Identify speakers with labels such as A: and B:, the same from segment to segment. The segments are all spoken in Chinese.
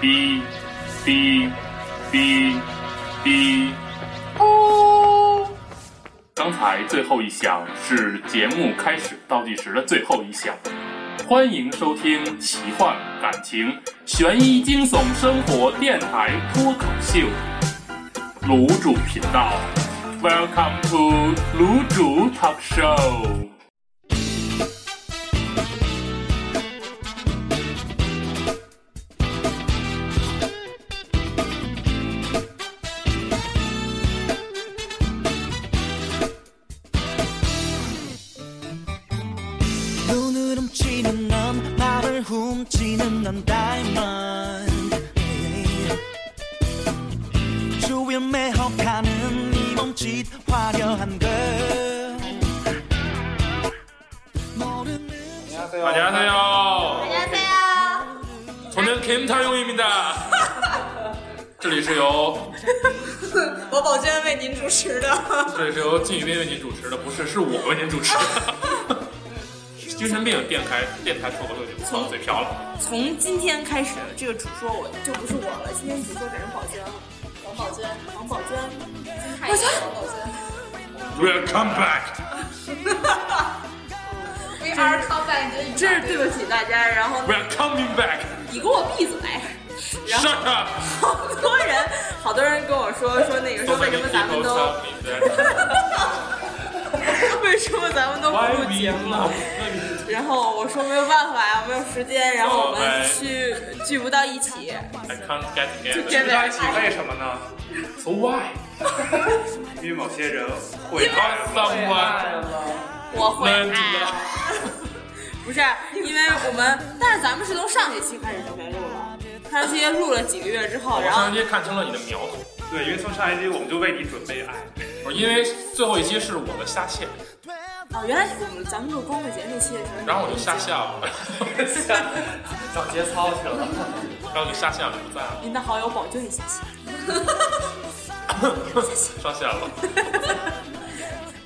A: B B B B。刚才最后一响是节目开始倒计时的最后一响。欢迎收听奇幻、感情、悬疑、惊悚、生活电台脱口秀，卤煮频道。Welcome to 卤煮 Talk Show。
B: 눈을 훔치는 넌 나를 훔치는 넌 다이몬드 주위를 매혹하는 네 몸짓 화려한 걸 모르는
A: 안녕하세요.
C: 안녕하세요.
A: 저는 김타용입니다. 这里是由
C: 我保证为您主持的。
A: 这里是由金宇彬为您主持的，不是，是我为您 主持的。精神病电台电台脱口秀节目，操嘴瓢了。
C: 从今天开始，这个主说我就不是我了，今天主说改成宝娟了。王宝娟，王宝娟，我 娟
A: Welcome back。
C: ，We are coming。真是对不起大家，然后
A: We're coming back.
C: 你给我闭 嘴。然
A: Shut
C: 后
A: up.
C: 好多人，好多人跟我说说那个说为什么咱们都 为什么咱们都不录节目了。然后我说没有办法呀，没有时间，然后我
D: 哦哎
C: 们去聚不到一起，
A: I can't get
C: 就
A: together.
C: 真的
D: 在一起为什么呢？
A: So why?
D: 因为某些人会爱
A: Because
D: 我。
A: someone
C: 我会哎
A: learned
C: 爱
A: love.
C: 不是，因为我们，但是咱们是从上学期开始就没录了，上学期录了几个月之后，
A: 我
C: 然
A: 上
C: 后
A: 一期看清了你的苗头，
D: 对，因为从上一集我们就为你准备爱，
A: 我因为最后一期是我的下线，
C: 哦，原来是我们咱们录光棍节那期的时候，
A: 然后我就下线了，
D: 找节操去了。
A: 然后就下线了，不在了，
C: 您的好友保娟也下线，
A: 上线了。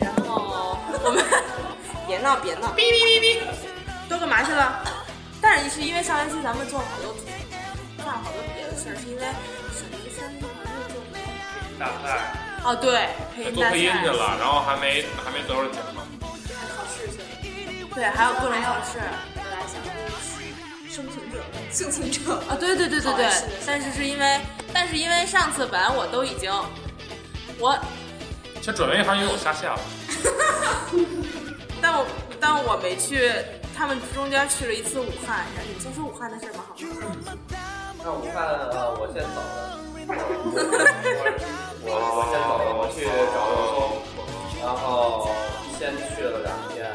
C: 然后我们 别闹别闹，哔哔哔哔，都干嘛去了？但是是因为上学期咱们做了好多，干了好多别的事儿，是因为什么生日好像就没有
D: 大赛，
C: 哦，对，配音
A: 做
C: 大赛
A: 配音去了，然后还没还没得着奖呢。
C: 考试去了，对，还有各种考试。
E: 本来想生存者、幸存者，
C: 啊，对对对对
E: 好
C: 对
E: 像是，
C: 但是是因为，但是因为上次本来我都已经，我，
A: 其实准备一行因为我下线了，
C: 但我但我没去，他们中间去了一次武汉，然后你先说武汉的事吧，好吗？
F: 那我看啊，我先走了。我我先走了，我去找刘松，然后先去了两天，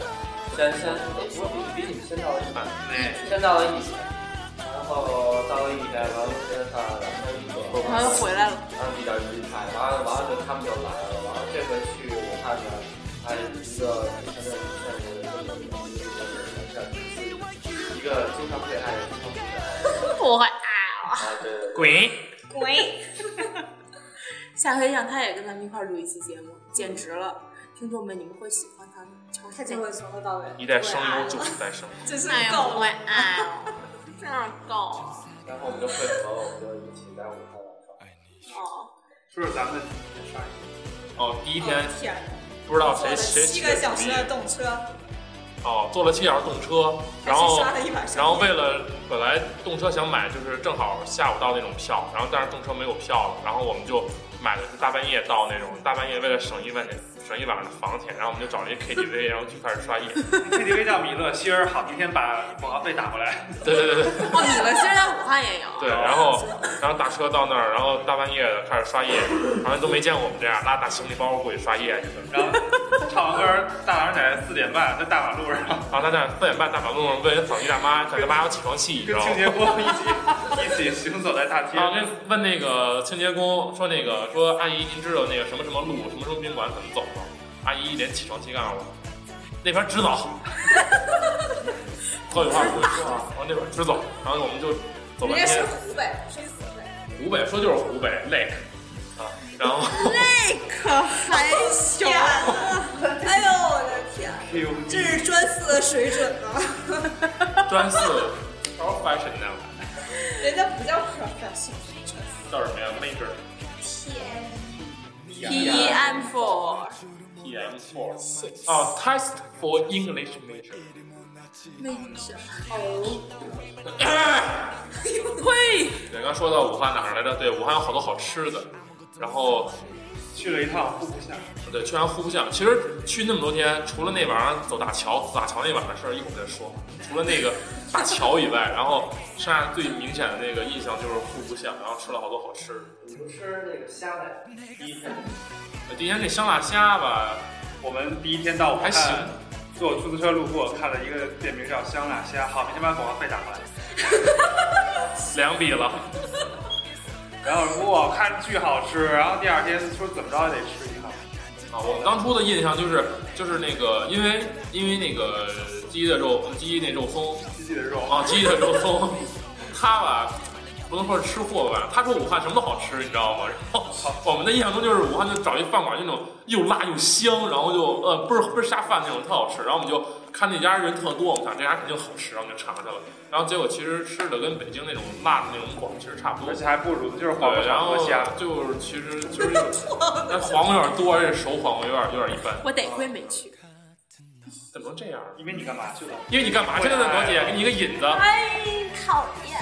F: 先先哎我比比你们先到了一天，先到了一天，然后到了一天，完了先上了两天一个，
C: 然后又回来了，
F: 然后比较愉快，完了完了就他们就来了，完了这回去武汉呢，还一个深圳深圳的一个一个一个经常被爱的经常被爱的，
C: 我还啊，
F: 啊对对对。
A: 滚！
C: 滚！下回让他也跟咱们一块儿录一期节目，简直了，听众们你们会喜欢他的，求
E: 他
C: 求
E: 就
C: 你
E: 会从头到尾，
A: 一
G: 啊
A: 代声优就是一代声优，
E: 真是
C: 哎呀，
E: 够
C: 我
E: 了。
C: 爱哦，真是够了
F: 然后我们就汇合，我们就一起在武汉玩耍。
C: 哦，
D: 是不是咱们上一
A: 哦，第一天
E: 天哪，
A: 不知道
E: 坐
A: 谁
E: 了
A: 谁
E: 七
A: 起
E: 个
A: 的
E: 小
A: 主
E: 时
A: 意
E: 的，动车，
A: 哦，坐了哦七小时动车，然
E: 还
A: 后
E: 是刷了一晚上
A: 然后为了本来动车想买，就是正好下午到那种票，然后但是动车没有票了，然后我们就买的是大半夜到那种，大半夜为了省一万钱，省一晚上的房钱，然后我们就找了一个 KTV，然后就开始 刷夜。
D: 集 KTV 叫米勒希尔，好，今天把广告费打过来。
A: 对对对对
C: 哦，你们现在在武汉也有，啊
A: 对，然后然后打车到那儿，然后大半夜的开始刷夜，好像都没见过我们这样拉大行李包过去刷夜去了。
D: 然后唱完歌，大晚上在四点半在大马路上
A: 然后他在四点半大马路上问扫地大妈，看他妈有起床气，你知
D: 跟
A: 道吗
D: 清？洁工一起一起行走在大街
A: 啊，那问那个清洁工说那个说阿姨，您知道那个什么什么路什么什么宾馆怎么走吗？阿姨一脸起床气告诉我，那边直走。 各有话不会说啊，往那边直走。然后我们就走半
E: 人家是
A: 天，
E: 湖北，是湖北，
A: 湖北说就是湖北 lake 啊，然后
C: 那可还行
E: 天。哪，哎呦我的天，
D: Q
E: 这是专四的水准啊！
A: 专四好 fashion 那样。
G: 人家不叫 professional，
A: 叫什么呀？Major
C: ，P E M for
A: PM Four。哦，Test for English Major。
C: 那女生，
A: 呸！对，哎刚说到武汉哪儿来着？对，武汉有好多好吃的，然后
D: 去了一趟户部巷，
A: 对，去完户部巷，其实去那么多天，除了那晚上走大桥，走大桥那晚上的事儿一会儿再说。除了那个大桥以外，然后剩下最明显的那个印象就是户部巷，然后吃了好多好吃的。
F: 你不吃那个虾奶？
D: 第一天，
A: 呃第一天那香辣虾吧，
D: 我们第一天到武
A: 还
D: 汉
A: 行，
D: 坐出租车路过，看了一个店名叫香辣虾，好，明天把广告费打完。
A: 两笔了。
D: 然后哇，看巨好吃，然后第二天说怎么着也得吃一趟。
A: 啊，我们当初的印象就是就是那个，因为因为那个鸡的肉，鸡那肉松
D: 鸡鸡的肉，
A: 啊，鸡的肉松，他吧不能说是吃货吧，他说武汉什么都好吃，你知道吗？然后我们的印象中就是武汉就找一饭馆，那种又辣又香，然后就呃倍儿倍儿下饭那种，特好吃。然后我们就看那家人特多，我们想这家肯定好吃，然后我们就查去了。然后结果其实吃的跟北京那种辣的那种馆其实差不多
D: 而。且还不如就是黄瓜
A: 对，然
D: 炒
A: 后
D: 河虾。
A: 就是其实就是有，那黄瓜有点多，而且熟黄瓜有点有点一般。
C: 我得亏没去。
A: 怎么能这样？啊
D: 因为你干嘛去了？
A: 因为你干嘛去了呢，罗姐？给你一个引子。
G: 哎，讨厌！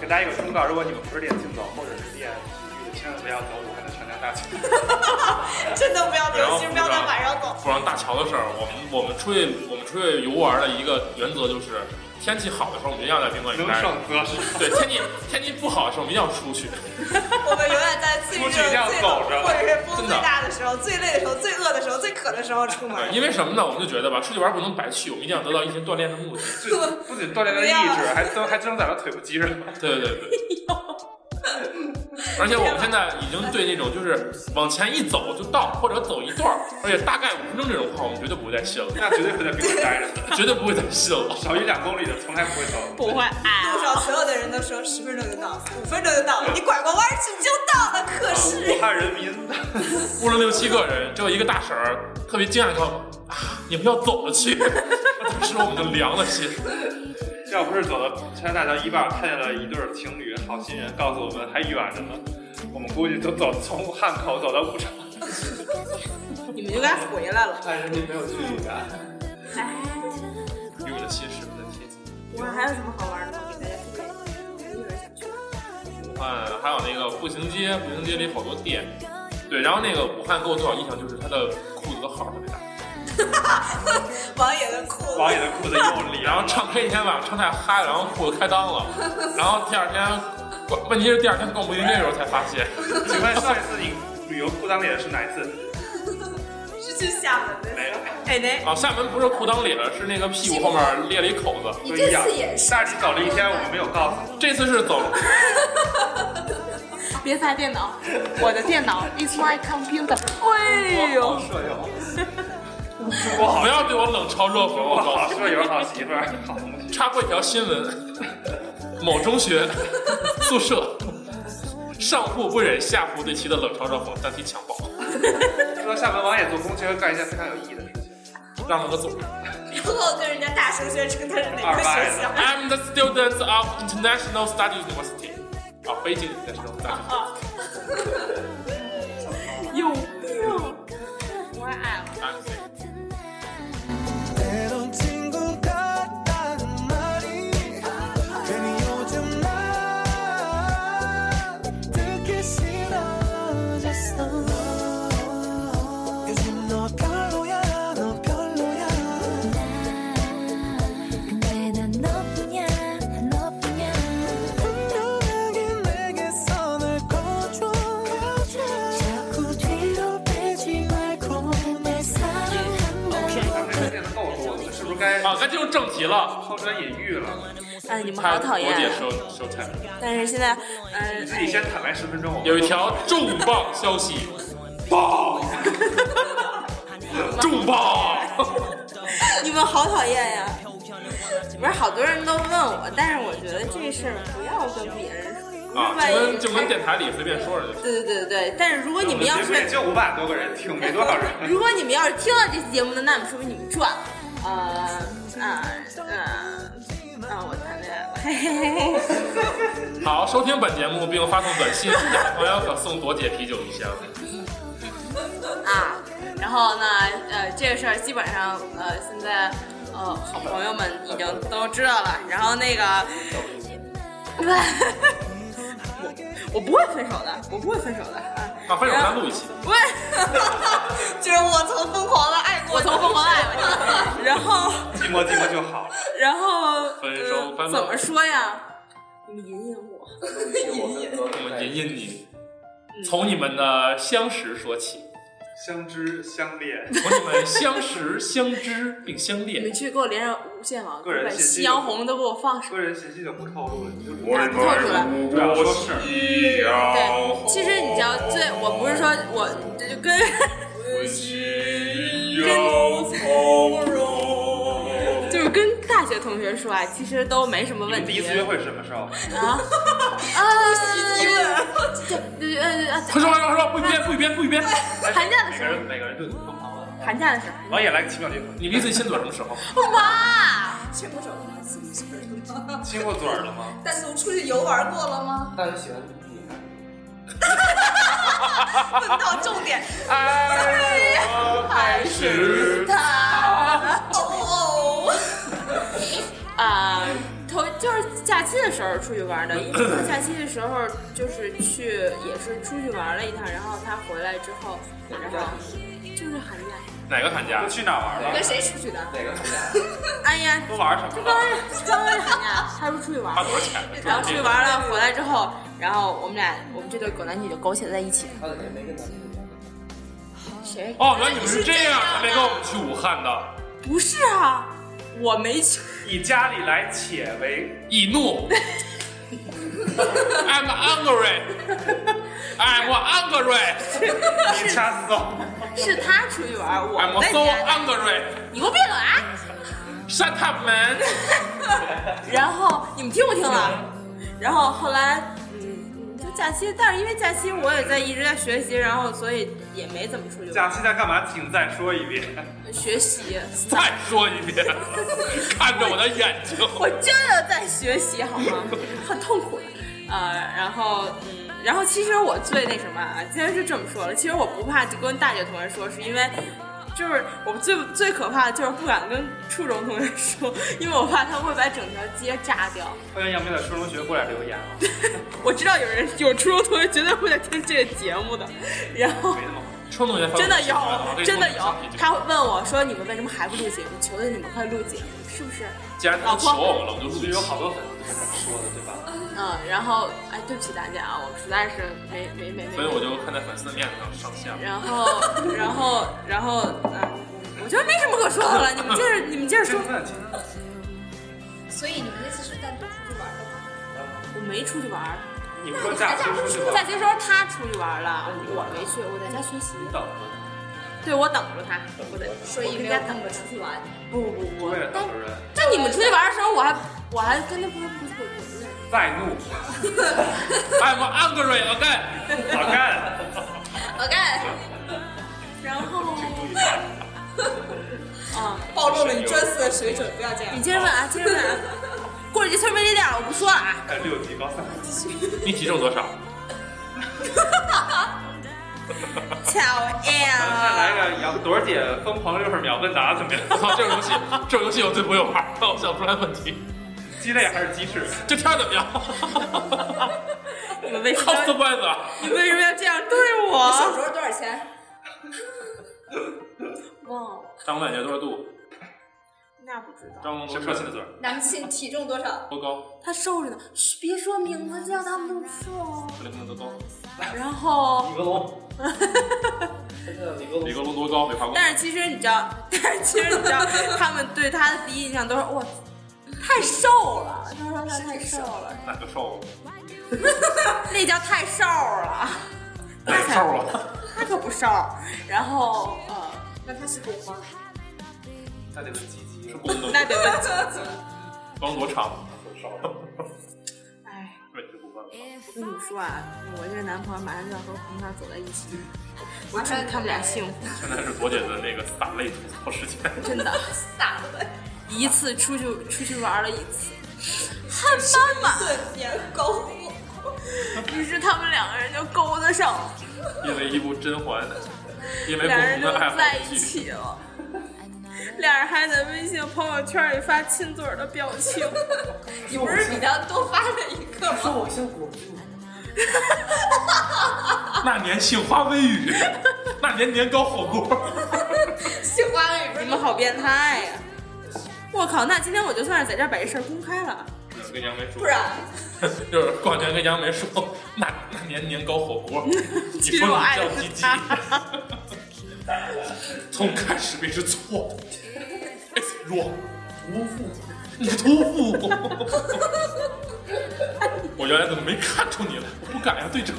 D: 给大家一个忠告：如果你们不是练青岛或者是练体育的，千万不要走武汉的长江大桥。
G: 真的不要
A: 然后
G: 留心，不要在晚上走。
A: 不让大桥的事儿，我们我们出去我们出去游玩的一个原则就是，天气好的时候我们一定要在宾馆里
D: 能
A: 待着
D: 省。则省，
A: 对，天气天气不好的时候我们一定要出去。
G: 我们永远在最热、
D: 出去一定要
G: 最
D: 走着
G: 冷，或者是风最大的时候、最累的时候、最饿的时候、最渴的时候
A: 对，
G: 出门。
A: 因为什么呢？我们就觉得吧，出去玩不能白去，我们一定要得到一些锻炼的目的。
D: 这不仅锻炼了意志，还 增还增长了腿部肌肉。
A: 对对 对。而且我们现在已经对那种就是往前一走就到，或者走一段儿，而且大概五分钟这种话，我们绝对不会再信了，
D: 那绝对会在宾馆待着的，
A: 绝对不会再信了。
D: 少于两公里的从来不会走。
C: 不会，哎
G: 路上所有的人都说十分钟就到了，五分钟就到了，你拐个弯儿去就到了。可
A: 啊
D: 武
G: 是
D: 汉人民的，
A: 屋里六七个人，只有一个大婶儿特别惊讶地看我，啊，你们要走着去？ 当时我们就凉了心。
D: 要不是走到长江大桥一半，看见了一对儿情侣，好心人告诉我们还远着呢，我们估计都走从汉口走到武昌。
C: 你们就该回来了。
F: 但是你没有去武汉。
C: 啊哎
A: 与我的心十分的贴近。
C: 武汉还有什么好玩的吗？给大家推荐一下，一会儿想去。
A: 武汉嗯还有那个步行街，步行街里好多店。对，然后那个武汉给我最好印象就是它的裤子的号儿特别大，
G: 王爷的裤子
D: 王爷的裤子又里，
A: 然后唱 K 那天晚上唱太嗨了，然后裤子开裆了，然后第二天，关问题是第二天逛步行街的时候才发现，
D: 请问上一次你旅游裤裆里的是哪一次？
G: 是去厦门的
D: 没
G: 时
D: 有
G: 候。。哎，那
A: 啊，厦门不是裤裆里了，是那个屁股后面裂了一口子。
D: 不一样，但是你走了一天，我们没有告诉你。
A: 这次是走
C: 别砸电脑，我的电脑 is my computer。哎呦，
D: 舍友，我好
A: 不，要对我冷嘲热讽，我
D: 我
A: 告诉
D: 好
A: 你。
D: 舍友，好媳妇儿，好同学。
A: 插播一条新闻：某中学宿舍上铺不忍下铺对其的冷嘲热讽，单体强暴，
D: 说厦门王爷坐公车干一件非常有意义的事情。
A: 让了个座。
G: 以后跟人家大声宣称他是哪个学校。
A: I'm the student of International Studies University，啊，北京 International Studies。
C: 有病！我爱
A: I'm the-
B: 때론 친구 같다는 말이 괜히 요즘 난 듣기 싫어졌어 요즘 너 별로야 너 별로야
H: 근데 난 너뿐이야 너뿐이야
B: 분명하게 내게 선을 꺼줘
H: 자꾸 뒤로 빼지 말고 날 사랑한다
D: 咱们这个变得够多了，是不是该
A: 啊，咱进入正题了。
D: 抛砖引玉了？
C: 哎，你们好讨厌
A: 我姐
C: 啊。
A: 收收菜。
C: 但是现在，
D: 你
C: 呃，
D: 自己先坦白十分钟，我们
A: 有一条重磅消息， 爆！重磅！
C: 哎你们好讨厌呀！不是，好多人都问我，但是我觉得这事儿不要跟别人说，
A: 啊，
C: 万
A: 就
C: 一
A: 跟就跟电台里随便说说就行。
C: 对对对对，但是如果你们要
D: 节目也
C: 是
D: 就五百多个人听，没多少人。
C: 如果你们要是听了这期节目的，呃那么说明你们赚了。呃，啊啊啊！我谈恋爱了，
A: 好，收听本节目并发送短信，朋友可送朵姐啤酒一箱。
C: 啊，然后呢，呃，这个事儿基本上，呃，现在，呃，好朋友们已经都知道了。然后那个， 我我不会分手的，我不会分手的啊！
A: 啊，分手咱录一期。
C: 不会， 就是我曾疯狂的爱过，我曾疯狂地爱过你。然后，
D: 寂寞寂寞就好了。
C: 然后，
A: 分手
C: 呃
A: 吧
C: 怎么说呀？你们隐隐我，
A: 我们引引你，从你们的相识说起，
D: 相知相恋，
A: 从你们相识、相知并相
C: 你
A: 恋
C: 们。去给我连上无线网，
D: 个人
C: 把
D: 信息
C: 夕阳红都给我放上。
D: 个人信息就不透露了，你就
C: 我不透出来。
D: 不要说事儿。
C: 对，其实你知道，最我不是说我这就跟跟就是跟大学同学说啊，其实都没什么
D: 你
C: 问
D: 们第
C: 题
D: 一次约会什么时候？
C: 啊啊！这呃啊
A: 快说快说快说，不许编不许编不许编。
C: 寒假的
D: 每
C: 时
D: 个
C: 候，
D: 人每个人就疯狂了。
C: 寒假的时候，
D: 王也来个奇妙结合，
A: 你离最亲嘴什么时候？
C: 哇，
G: 牵过手了吗？亲过手了吗？
D: 亲过嘴儿了吗？
G: 单独出去游玩过了吗？
F: 但是喜欢你呢？
G: 问到重点，
A: 还是
G: 哦，
C: 啊，头就是假期的时候出去玩的，因为假期的时候就是去也是出去玩了一趟，然后他回来之后，然后就是寒假。
A: 哪个寒假
D: 都？去哪儿玩了？
C: 跟谁出去的？
F: 哪个暑假？
C: 哎呀，
D: 都玩什么
C: 刚
D: 了？
C: 刚寒假，他说出去玩
A: 花，多少钱？
C: 然后出去玩了，回来之后，然后我们俩我们这对狗男女就苟且在一起了。
F: 他怎么也没跟咱们一样？
C: 谁？
A: 哦，原来你们是这样，还没跟我们去武汉的。
C: 不是啊，我没去。
D: 以家里来且为
A: 易怒。I'm angry. I'm angry.
D: 你掐死我！
C: 是他出去玩，我
A: I'm
C: 在
A: so
C: 家。
A: angry.
C: 你给我闭嘴啊！
A: Shut up, man.
C: 然后你们听不听了？然后后来，嗯，就假期，但是因为假期我也在一直在学习，然后所以也没怎么出去
D: 假
C: 玩。
D: 期在干嘛？请再说一遍。
C: 学习，
A: 再说一遍，看着我的眼睛。
C: 我真的在学习，好吗？很痛苦的。呃，然后嗯，然后其实我最那什么啊，既然是这么说了，其实我不怕就跟大学同学说，是因为就是我最最可怕的就是不敢跟初中同学说，因为我怕他会把整条街炸掉。
D: 欢迎杨梅的初中学过来留言啊，
C: 我知道有人有初中同学绝对会在听这个节目的，然后
D: 没那么好。
A: 冲动研发
C: 真的有，真的有，他会问我说你们为什么还不录节目？求求你们快录节目，是不是？
A: 既然他们求我了，我就录
D: 就
A: 一
D: 有
A: 期。
D: 好多粉丝跟我说的，对吧？
C: 嗯，然后哎，对不起大家啊，我实在是没没没没。
A: 所以我就看在粉丝的面子上上线了。
C: 然后，然后，然后，啊，我觉得没什么可说的了。你们接着，你们接着 说
D: 兴。奋兴奋。
E: 所以你们那次是单独出去玩的吗？
C: 我没出去玩儿，
D: 你不说假期出去
C: 假
D: 玩？
C: 期时候他出去玩了，我没去，我在家学习。
D: 你等着，
C: 对，我等着他，我在，
E: 所以
C: 我
E: 没
C: 跟
E: 有
C: 他
E: 跟
C: 等
E: 你们出去玩。
G: 哦
C: 不不不，
D: 为了
C: 但
D: 等着人。
C: 但你们出去玩的时候，我还我还跟他不不不不不。
D: 再怒，
A: I'm angry again。
D: 好干。
C: 然 后，啊，
G: 暴露了你专四的水准，不要这样
C: 你。接着问啊，接着问啊。 过了这村没这店儿，我不说了啊。
D: 还有六级高三，
A: 你体重多少？
C: 巧
D: 咱们再来
C: 哎呀，
D: 一个杨朵儿姐疯狂六十秒问答怎么样？
A: 这种游 戏，这种游戏我最不会玩儿，我想不出来问题。
D: 鸡肋还是鸡翅？
A: 这天儿怎么 样？
C: 你们为什么
A: 好
C: 要？
A: 的乖子，
C: 你为什么要这样对我？
G: 手镯多少钱？
C: 忘了，
A: 张万年多少度？
C: 哦那不知道。
A: 张
D: 谁
A: 龙
D: 说
A: 多
D: 亲
A: 少
D: 的嘴儿？
G: 男性体重多少？
A: 多高？
C: 他收着呢，嘘，别说名字，叫他们都说。
A: 李格龙多高？
C: 然后，
F: 李格龙，真的李格龙
A: 李格龙多高？没爬过。
C: 但是其实你知道， 但是其实你知道，他们对他的第一印象都是哇，太瘦了。他说他太瘦了，
A: 哪个瘦？
C: 那叫太瘦了，
A: 哪个瘦 啊？
C: 他可不瘦。然后，呃，
G: 那他是公吗？
D: 那得问鸡鸡
A: 是。公的。
C: 那得问起，
A: 光多 长？
C: 哎，
A: 问题不问了。
C: 我跟你说啊，我这个男朋友马上就要和红桃走在一起，我祝他们俩幸福，
A: 现在是朵姐的那个洒泪吐 槽时间。
C: 真的。一次出去出去玩了一次， 他妈妈。
G: 顿年高呼。
C: 于是他们两个人就勾搭上，了，
A: 因为一部《甄嬛》，因为不
C: 俩人
A: 同
C: 就
A: 的爱好
C: 在一
A: 剧，
C: 起了。俩人还在微信朋友圈里发亲嘴儿的表 情，
G: 你不是比他多发了一个吗？
F: 我像果郡，
A: 那年杏花微雨，那年年糕火锅。
G: 喜欢也不是
C: 你们好变态呀、我靠，那今天我就算是在这儿把这事儿公开了。
A: 跟杨梅说，
G: 不
C: 啊
G: 然，
A: 就是过两天跟杨梅说，那那年年糕火锅，你说
C: 其
A: 你
C: 实我爱
A: 叫
C: 的
A: 吉
C: 是
A: 吉
C: 他，
A: 从开始便是错的，it's wrong，屠夫，你屠夫，我原来怎么没看出你来？我不敢呀，队长，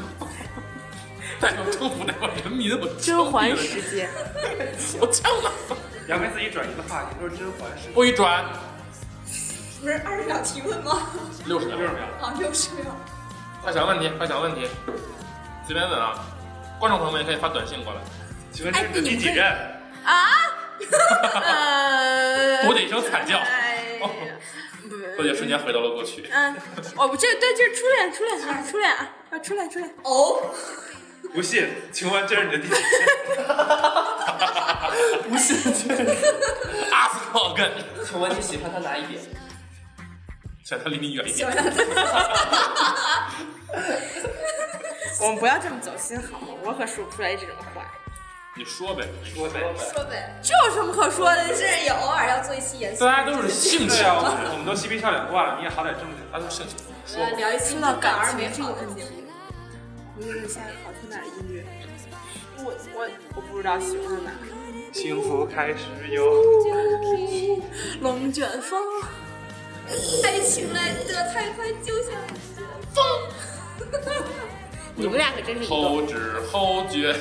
A: 代表政府，代表人民，我
C: 甄嬛时间，
A: 我呛了，
D: 杨梅自己转移的话题，说甄嬛是
A: 我一转
G: 不是二十秒提问吗？
A: 六十秒
D: 六，十秒，
G: 啊，六十秒。
A: 快想问题，快想问题，随便问啊，观众朋友们也可以发短信过来。
D: 请问这是第几任？
C: 啊， 呃，
A: 我得一声惨叫
C: 哎 呀
A: 我也瞬间回到了过去。
C: 嗯，哦，这对，这是初恋，初恋，啊初恋啊，啊，初恋，初恋，
G: 哦，
D: 不信，请问这是你的第几任？
F: 不是？
A: 阿斯特根，
F: 请问你喜欢他哪一点？
A: 想他离你远一
G: 喜
A: 点。
G: 欢他多
C: 我们不要这么走心好吗？我可说不出来这种话，
A: 你说呗，你
D: 说呗，
G: 说呗。
C: 这有什么可说的？
G: 但是也偶尔要做一期严 肃
A: 大，家都是性
D: 对
A: 情，
D: 呀，我们我们都嬉皮笑脸过了，你也好歹正经。
A: 大家都是性情，说
G: 呃
A: 吧。
G: 聊一期
C: 说
G: 不
C: 到
G: 感
C: 感
G: 而
C: 情
G: 美
C: 这
G: 好
C: 个
G: 的
C: 问题
G: 节目。，
C: 你你下一个好听点的音乐。我我我不知道喜欢哪，
D: 幸福开始有，
C: 龙卷风，
G: 爱情来得太快，就像
C: 你们俩可真是一个，
A: 后知后觉，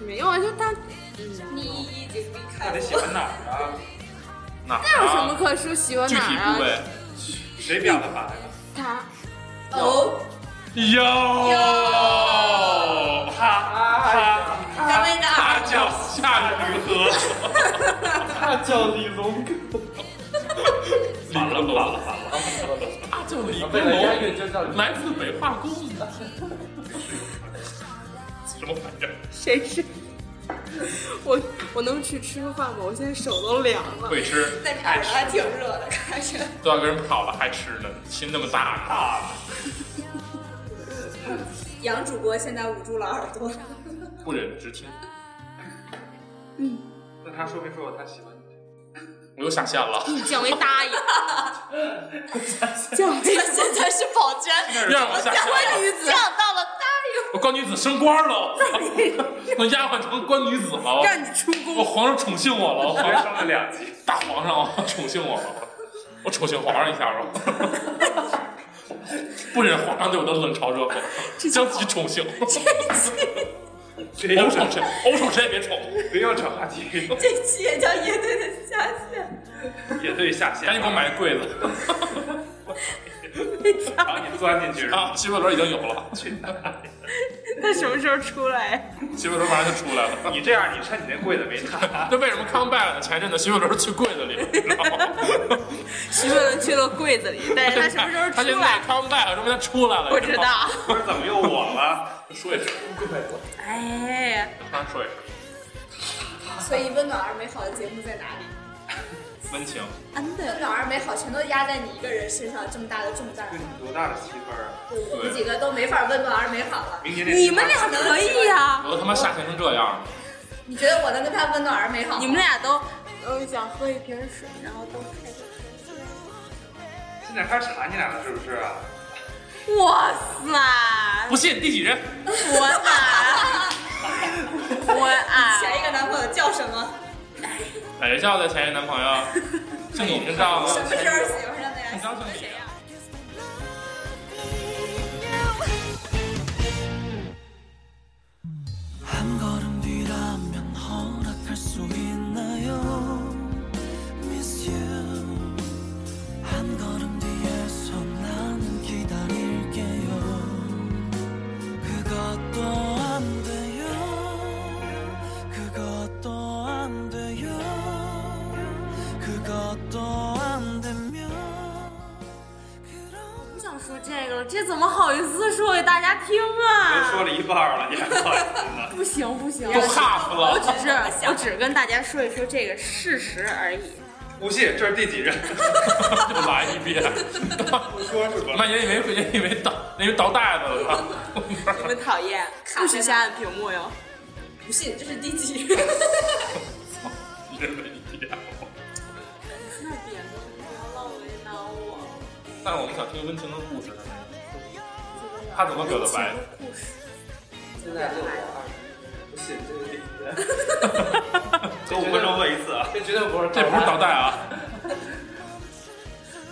C: 没有啊，就大，
G: 你已经离开
D: 到底
G: 我。
D: 喜欢哪儿啊？
A: 哪
C: 那有什
A: 儿
C: 么
A: 啊？
C: 可说喜欢
A: 具体部
C: 哪啊？
A: 位？
D: 谁表的白哎呀？
C: 他
G: 哦，
A: 哟，
D: 他
F: 啊，
G: 咱们的
A: 他
G: 耳朵
A: 叫夏雨 荷，
F: 他叫李龙哥。
A: 完了完了完了，他叫李
F: 为了押
A: 龙，
F: 韵就叫李
A: 来自北化工。什么玩意儿？
C: 谁是？ 我我能去吃个饭吗？我现在手都凉了。
A: 会吃，
G: 但哎是耳朵还挺热的，看着。
A: 都要给人跑了还吃呢，心那么大啊呢，
G: 杨主播现在捂住了耳朵。
A: 不忍直听。
D: 那他说没说过他喜欢 你？
A: 我又下线了，
C: 降维答应，降维
G: 现在是宝娟，
A: 又让我下线了。
C: 女子，
G: 想到了答
A: 我关女子升官了，我丫鬟成关女子了，
C: 让你出
A: 我
C: 宫。
A: 皇上宠幸我了，
D: 连升了两级，
A: 大皇上宠幸我了，我宠幸皇上一下吧， 不忍皇上对我的冷嘲热讽，将其宠幸，
D: 谁
A: 我
D: 又
A: 宠 谁，我宠谁也别宠，
D: 谁又扯话题？
G: 应，这期也叫乐队的下线。
D: 也对下线，
A: 赶紧给我买个柜子
D: 然后你钻进去， 然后
A: 啊！新闻轮已经有了，
D: 去哪里？
C: 他什么时候出来？
A: 新闻轮马上就出来了。
D: 你这样，你趁你那柜子没拿，
A: 那为什么康拜了呢？前一阵子新闻轮去柜子里了，你知道吗？
C: 徐文文去了柜子里，但是他哎什么时候
A: 他现
C: 出
A: 在
C: 来？
A: 康拜了，说明他出来了，
C: 不知道。
D: 不是怎么又我了？
A: 你知道吗。说一声，
C: 哎，
A: 他说一声，
G: 所以温暖而美好的节目在哪里？
A: 温情。
C: 安
G: 温
C: 的，
G: 暖而美好全都压在你一个人身上，这么大的重担
D: 对，你多大的媳妇儿啊？
G: 我们几个都没法温暖而美好了。
D: 明年这
C: 你们俩可以啊呀、
A: 我都他妈下线成这样了，
G: 你觉得我能跟他温暖而美好？
C: 你们俩都，我想喝一瓶水，然后都开始。
D: 现在开始查你俩了，是啊不是？
C: 哇塞！
A: 不信第几人？
C: 我 啊，我啊，
G: 前一个男朋友叫什么？
A: 哪个哎叫的前任男朋友？是你知道吗？
G: 什么时候喜欢上的呀
A: 你？刚是你。
B: 한 걸음 뒤라면 허락할 수 있나요 Miss you 한 걸음 뒤에서 나는 기다릴게요 그것도 안 돼요 그것도 안 돼요 그것도 안 되면
C: 说这个了，这怎么好意思说给大家听
D: 都
C: 啊？
D: 说了一半儿了，你还不好意思呢？
C: 不行不行，
A: 都 half
C: 我
A: 了。
C: 只是我只是跟大家说一说这个事实而已。
D: 不信，这是第几任？
A: 又来一遍，
D: 我说什么？
A: 那也以为也以为倒，以为倒袋子了。
C: 你们讨厌，不许瞎按屏幕哟。
E: 不信，这是第几？
A: 一人为一遍。
C: 那别老为难我。
A: 但是我们想听温情的故事呢，他怎么表的白？
F: 现在六点二十，不信这是第一遍。
D: 隔五分钟问一次啊！
F: 这绝对不是，
A: 这不是倒带啊！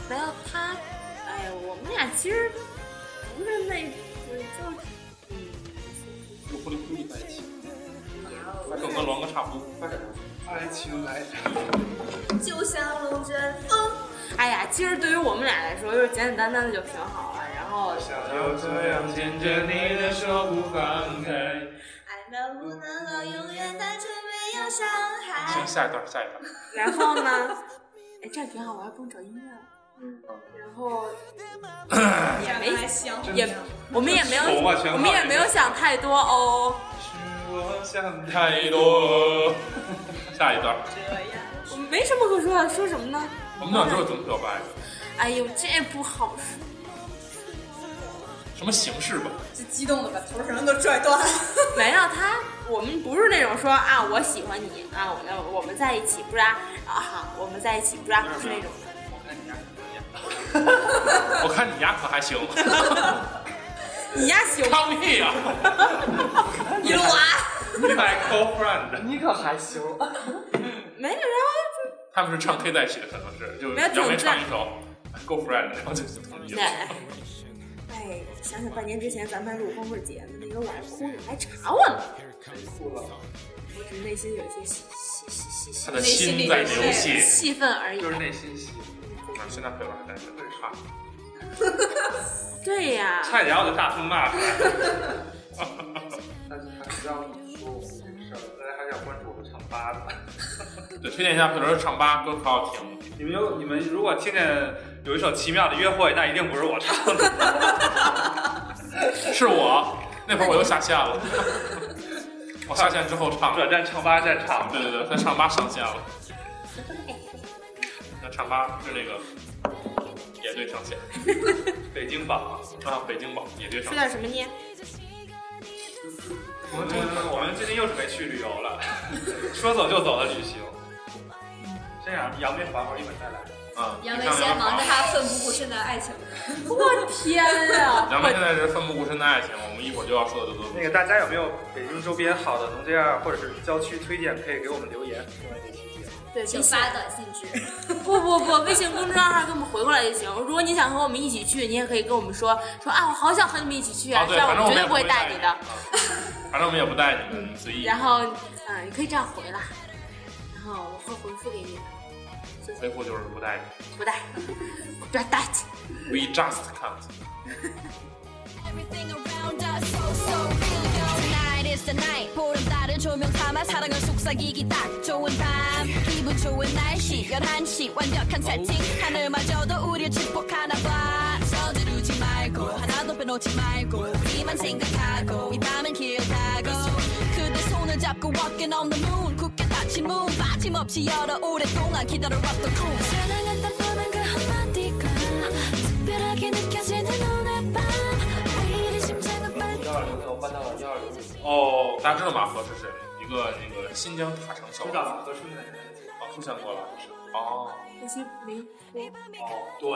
C: 没有他，哎呀，我们俩其实不是那，我就
A: 就糊里糊涂在一起，跟我跟龙哥差不多。
F: 发展
D: 爱情来
E: 就像龙卷风，
C: 哎呀，其实对于我们俩来说，就是简简单单的就挺好了。然后，
D: 想要这样牵着你的手不放开。
E: 爱们不能够永远单纯，没有伤
A: 行，
E: 害。
A: 下一段，下一段。
C: 然后呢？哎，这样挺好，我还不用找音乐了。嗯，然后也
E: 长得还
C: 没，
E: 行，
C: 也我们也没有
D: 手吧全，
C: 我
D: 靠
C: 们也没有想太多哦，
D: 是我想太
A: 太多。下一段，
C: 我们没什么可说的，说什么呢？
A: 我们想知道怎么表白，
C: 哎呦，这不好说。
A: 什么形式吧？
E: 就激动的把头绳都拽断了。
C: 没有他，我们不是那种说啊，我喜欢你啊，我们我们在一起不啦啊，好，我们在一起不啦，不是那种的。
F: 我看你家
A: 我看你牙可还行，啊
C: 你呀，行
A: 放屁呀！
C: 一路啊，
D: My girlfriend，
F: 你可还行，
C: 没有，然后
A: 他们是唱 K 在一起的，可能是就是
C: 没有
A: 杨梅
C: 挺
A: 唱一首 Go Friend，然后就同意
C: 就
A: 了。
C: 哎，哎，想想半年之前咱们还录光棍节呢，那个晚上哭，你还查我呢，
F: 哭了。
C: 我只内心有一些细细细细
A: 他
C: 细
A: 的心在流
C: 细
A: 血。
C: 气愤而已
D: 就。是内心戏。
A: 啊现在配偶还单身，对差。
C: 对呀、
D: 差一点我就大声骂出来。
F: 但是还是让你说我的事儿。
D: 大家还是要关注我们唱吧的。
A: 对，推荐一下佩伦唱吧，歌可好听。
D: 你们有你们如果听见有一首《奇妙的约会》，那一定不是我唱的。
A: 是我，那会儿我又下线了。我下线之后唱的，
D: 转战唱吧战场
A: 对对对，在唱吧上线了。在唱吧是那个野队上线
D: 北京榜。
A: 啊，北京网野队上
C: 说
A: 线。
C: 点什么呢？
D: 我们我们最近又准备去旅游了， 说走就走的旅行。这样，杨梅还我一会儿再来。
A: 啊，
E: 杨梅现在忙着他奋不顾身的爱情，
C: 我天呀、
A: 杨梅现在是奋不顾身的爱情，我们一会儿就要说的就都
D: 那个大家有没有北京周边好的农家啊或者是郊区推荐，可以给我们留言。听完这期节目
C: 对，
E: 请发短信至
C: 不不不，微信公众号给我们回过来就行。如果你想和我们一起去，你也可以跟我们说说啊，我好想和你们一起去
A: 啊，
C: 这
A: 对，
C: 样
A: 反正我
C: 绝
A: 们
C: 对
A: 也
C: 不会带你的
A: 啊。 反正我们也不带你们，你们随意。
C: 然后，嗯，你可以这样回啦，然后我会回复给你的，
A: 回复就是不带你
C: 不带，不要带去。
A: ，We just can't。
H: Everything around us so so real yo. Tonight is the night 보름달을 조명 삼아 사랑을 속삭이기 딱 좋은 밤 기분 좋은 날씨 11시 완벽한 세팅 하늘마저도 우릴 축복하나 봐 서두르지 말고 하나도 빼놓지 말고 우리만 생각하고 이 밤은 길다고 그대 손을 잡고 walking on the moon 굳게 닫힌 문 빠짐없이 열어 오랫동안 기다려왔던 꿈 사랑한다는 그 한마디가 특별하게 느껴지는 오늘 밤 매일의 심장은 빨리
F: 幺二零六搬到了幺二零五，
A: 哦，大家知道马河是谁？一个那个新疆塔城小伙子，
D: 合适的人。
A: 哦，出现过了。
D: 嗯
A: 哦，
C: 那期没，
D: 哦，对，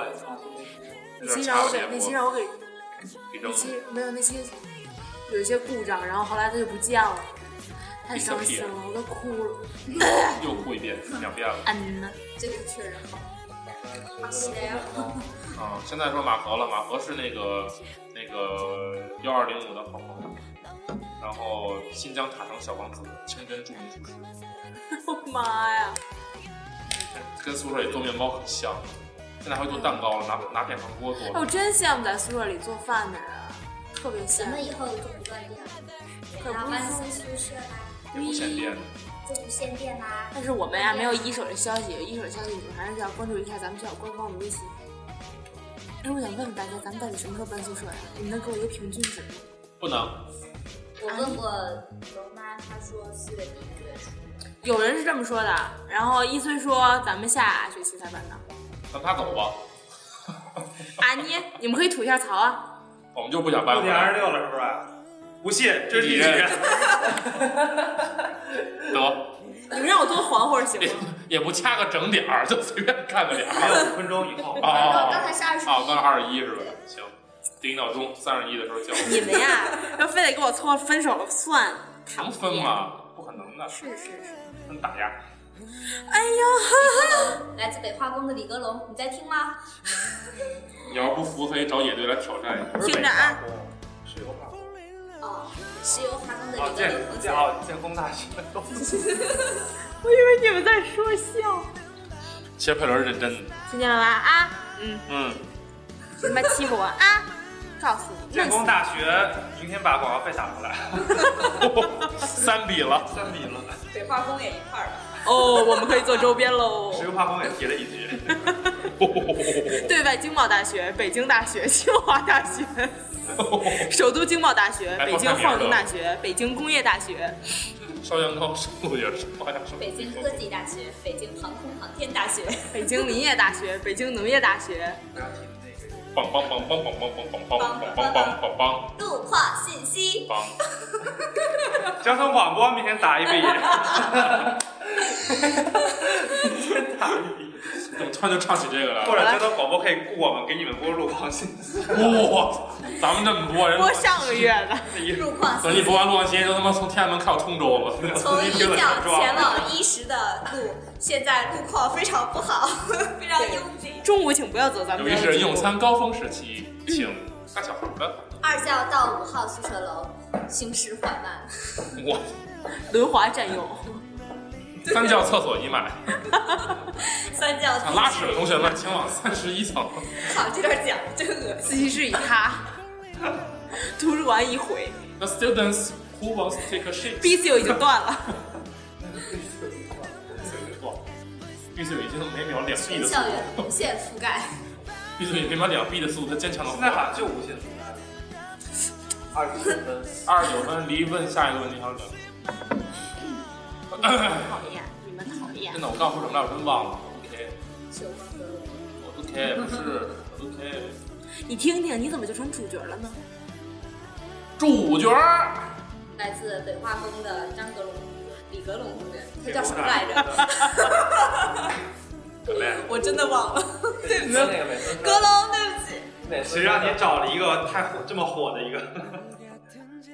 A: 有
C: 那期
A: 点
C: 让
A: 差
C: 我
A: 别
C: 给，那期让我给，
A: 给扔
C: 那
A: 了。
C: 期没有那期有一些故障，然后后来他就不见了，太伤心了，我都哭了。
A: 又哭一遍，两啊遍了。
C: 嗯呐，
E: 这个确实好。
A: 啊，现在说马河了，马河是那个那个幺二零五的好朋友，然后新疆塔城小王子，清真著名厨师，
C: 我妈呀！
A: 跟宿舍里做面包很像，现在还会做蛋糕了，拿拿电饭锅做
C: 哎我
A: 的。
C: 真羡慕在宿舍里做饭的人啊，特别羡
E: 咱们
C: 慕。
E: 以后就不断这样，
C: 可
E: 然后
C: 不
E: 搬
C: 是说
E: 新宿舍啦，
A: 也不限电，
E: 就不限电啦。
C: 但是我们呀、没有一手的消息，有一手的消息你们还是要关注一下咱们学校官方的微信。哎，我想问问大家，咱们到底什么时候搬宿舍呀、你们能给我一个平均值吗？
A: 不能，
E: 我问过龙妈，她说四月底五月初。
C: 有人是这么说的，然后一村说咱们下学期才搬的。
A: 让他走吧，
C: 啊你，你们可以吐一下槽啊。
A: 我们就不想搬
D: 六
A: 回
D: 点二十
A: 来。
D: 六了是不是？不信，这是第几
A: 第几
D: 天？
A: 得，
C: 你们让我多缓会儿行
A: 也
C: 吗？
A: 也不掐个整点儿，就随便看个点儿。
D: 还有五分钟以后。
A: 啊啊
E: 刚才是二十
A: 啊，刚二十一是吧？行，定闹钟，三十一的时候叫我。
C: 你们呀，啊要非得跟我凑合分手了算。
A: 能分吗？不可能的，
C: 是是是。
A: 分打压。
C: 哎呦，
E: 来自北化工的李格龙，你在听吗？
A: 你要是不服，可以找野队来挑战一下。
C: 听着啊，
D: 是有
A: 啊
D: 吧？
E: 哦，石油化工的
D: 哦，
E: 李格
D: 建
E: 龙同学
D: 建。哦建工大 学都
C: 我以为你们在说笑。
A: 其实佩伦是认真的。
C: 听见了吧？啊，嗯，
A: 嗯，
C: 你妈欺负我 啊！告诉你，
D: 建
C: 弄死
D: 工
C: 你！
D: 大学明天把广告费打回来，
A: 三比了。
D: 三比了。
G: 北化工也一块儿的。
C: 哦，我们可以做周边喽
D: 石油化工也提了 一句，
C: 对外经贸大学、北京大学、 清华大学、首都经贸大学、
A: 哎
C: 北京
A: 报
C: 浩
A: 菜名
C: 宁
A: 儿
C: 大学、北京工业大学、
A: 烧羊羔，生物也是哎好像是。
E: 北京科技大学、北京航空航天大学、
C: 北京林业 大学、北京农业大学、
A: 梆梆梆梆梆梆梆梆梆梆梆梆梆
E: 路况信息、
A: 梆。
D: 交通广播明 天 打一比。
A: 怎么突然就唱起这个来
D: 或
A: 了？
D: 者交通广播可以雇我们给你们播路况信息。
A: 哇，咱们这么多人，
C: 播上个月的，
E: 路况
A: 等
E: 信
A: 你
E: 息，
A: 播完录完期间，都他妈从天安门看我通州 了。
E: 从一角前往一十的路，现在路况非常不好，非常拥挤。
C: 中午请不要走咱们
A: 由
C: 这
A: 于
C: 儿
A: 是用餐高峰时期，请大小孩的。
E: 二校到五号宿舍楼，行驶缓慢。
A: 我
C: 轮滑占用。
A: 三教厕所已满，
E: 三教
A: 想拉屎的同学们请往三十一层。
E: 考这段讲真 恶心。
C: 自习室一塌，图书馆一毁
A: The students who wants to take a shit，
C: ，B C U 已经断了。
A: 闭嘴已经每秒两 B
E: 全
A: 的速
E: 校
A: 度，
E: 园无限覆盖，
A: 闭嘴每秒两 B 的速度，他坚强的
D: 现在好像就无线覆盖了。
F: 二十九分，
A: 二十九分，离问下一个问题还有两分。
C: 讨厌，你们讨厌
A: 真。的，我刚说什么来着？我真忘了。OK，
E: 求死了
A: 我 OK，不是我 OK，
C: 你听听，你怎么就成主角了呢？
A: 主角儿
E: 来自北化工的张格龙、李格龙同学，他叫什么来 着？
G: 我真的忘了，对不
F: 那
G: 起，
F: 个每次
G: 格龙，对不起。
F: 每次
D: 谁让你找了一个太火这么火的一 个？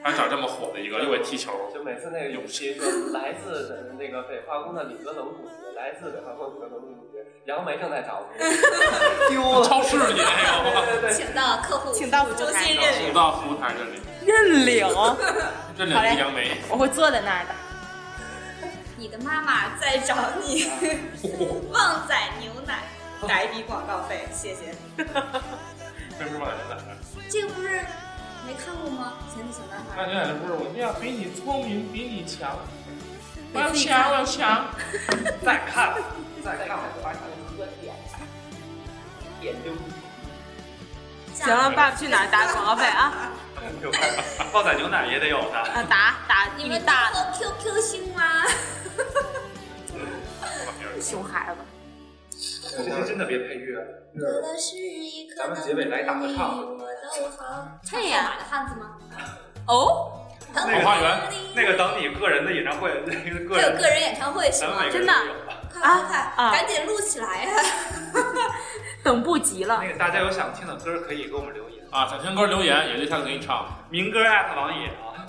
A: 还长这么火的一个，又会踢球。
F: 就每次那个勇气说来自咱们那个北化工的李格龙同学，来自北化工的李格龙同学，杨梅正在找我们，丢了。
A: 超市里啊那个，
F: 对对对，
E: 请到客户
C: 请到我
E: 中心
C: 认
A: 请到服务台这里，
C: 认领，
A: 这两个杨 梅，
C: 我会坐在那儿的。
E: 你的妈妈在找 你，旺仔牛奶，
G: 打一笔广告费，谢谢。
A: 为什么往奶奶？
E: 这个不是没看过吗？前几小男
A: 那
E: 孩，
A: 牛奶不是我一定要比你聪明，比你强。我
E: 要强
A: 我要强。
D: 再看，再
F: 再
D: 看
F: 看，我发现一个点，点丢。
C: 行了，爸爸去哪儿打广告费啊？
D: 有看，旺仔牛奶也得有呢。
C: 啊，打打一
E: 你
C: 米
E: 们
C: 大的
E: 喝 QQ 星吗？
C: 熊孩子。
D: 这些真的别配乐，
E: 得的是一颗
D: 咱们结尾来打个唱
E: 我都好。
C: 对呀
E: 上马的汉子吗？
C: 哦，
A: 桃花源
D: 那个等你个人的演唱会， 那个个
E: 还有
D: 人
E: 个，人演唱会是
D: 咱
E: 吗
D: 们每？个
C: 真
D: 人
C: 的
D: 都有。
E: 快
C: 啊
E: 快快，
C: 啊
E: 赶紧录起来 呀！
C: 等不及了
D: 那。个大家有想听的歌可以给我们留言，
A: 啊，想听歌留言，也对下次给你唱，
D: 民歌艾特王野啊，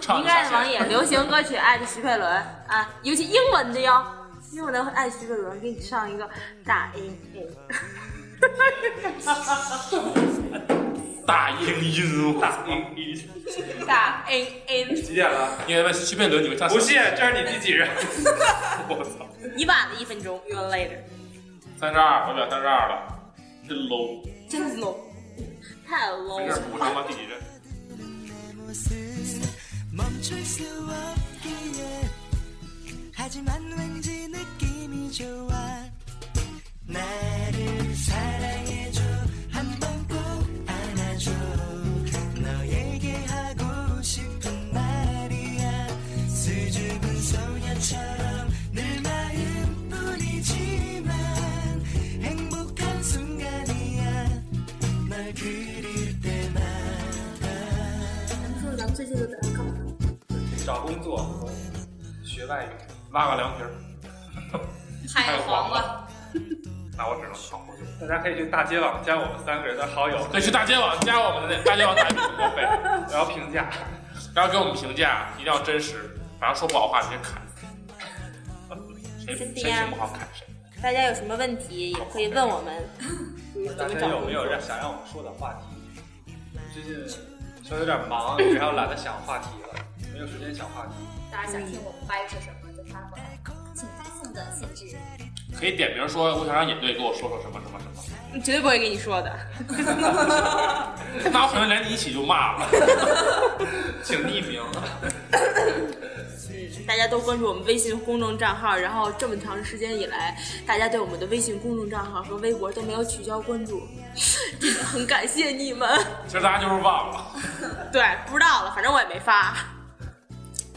A: 唱
C: 应
A: 一下
C: 该
A: 先
C: 是 王。野流行歌曲艾特徐佩伦啊，尤其英文的哟，英文的会艾特徐佩伦，给你上一个大 A A。
A: 大英音，大英音。
C: 大 A A，
D: 几点了？
A: 你问徐佩伦，你会唱？
D: 不信，这是你第几 人？
A: 我操，
C: 你晚了 一分钟，you are later，
A: 三十二，我表三十二了，真 low，
C: 真 low，太
A: 没
C: low
A: 事
C: 了。，
A: 补上吧，第几任？
B: 모습 멈출 수 없기에 하지만 왠지 느낌이 좋아 나를 사랑해줘 한번
D: 工作，学外语，挖个凉皮儿，
E: 还有黄瓜。
D: 那我只能扛过去。大家可以去大街网加我们三个人的好友，
A: 可以去大街网加我们的那大街网打拼付费，
D: 然后评价。
A: 然后给我们评价，一定要真实，反正说不好话直接砍。谁
C: 真的
A: 谁
C: 呀
A: 谁不好砍谁。
C: 大家有什么问题也可以问我们。
D: 大家有没有让想让我们说的话题？最近稍微有点忙，然后懒得想话题了，没有时间想话题。
E: 大家想听我们掰扯什么就发过来，请发送短信至
A: 可以点名说，我想让野队给我说说什么什么什么，
C: 绝对不会跟你说的。
A: 那我可能连你一起就骂了。
D: 嗯 请匿名。
C: 嗯， 大家都关注我们微信公众账号，然后这么长时间以来，大家对我们的微信公众账号和微博都没有取消关注，真的很感谢你们。
A: 其实大家就是忘了，
C: 对，不知道了，反正我也没发，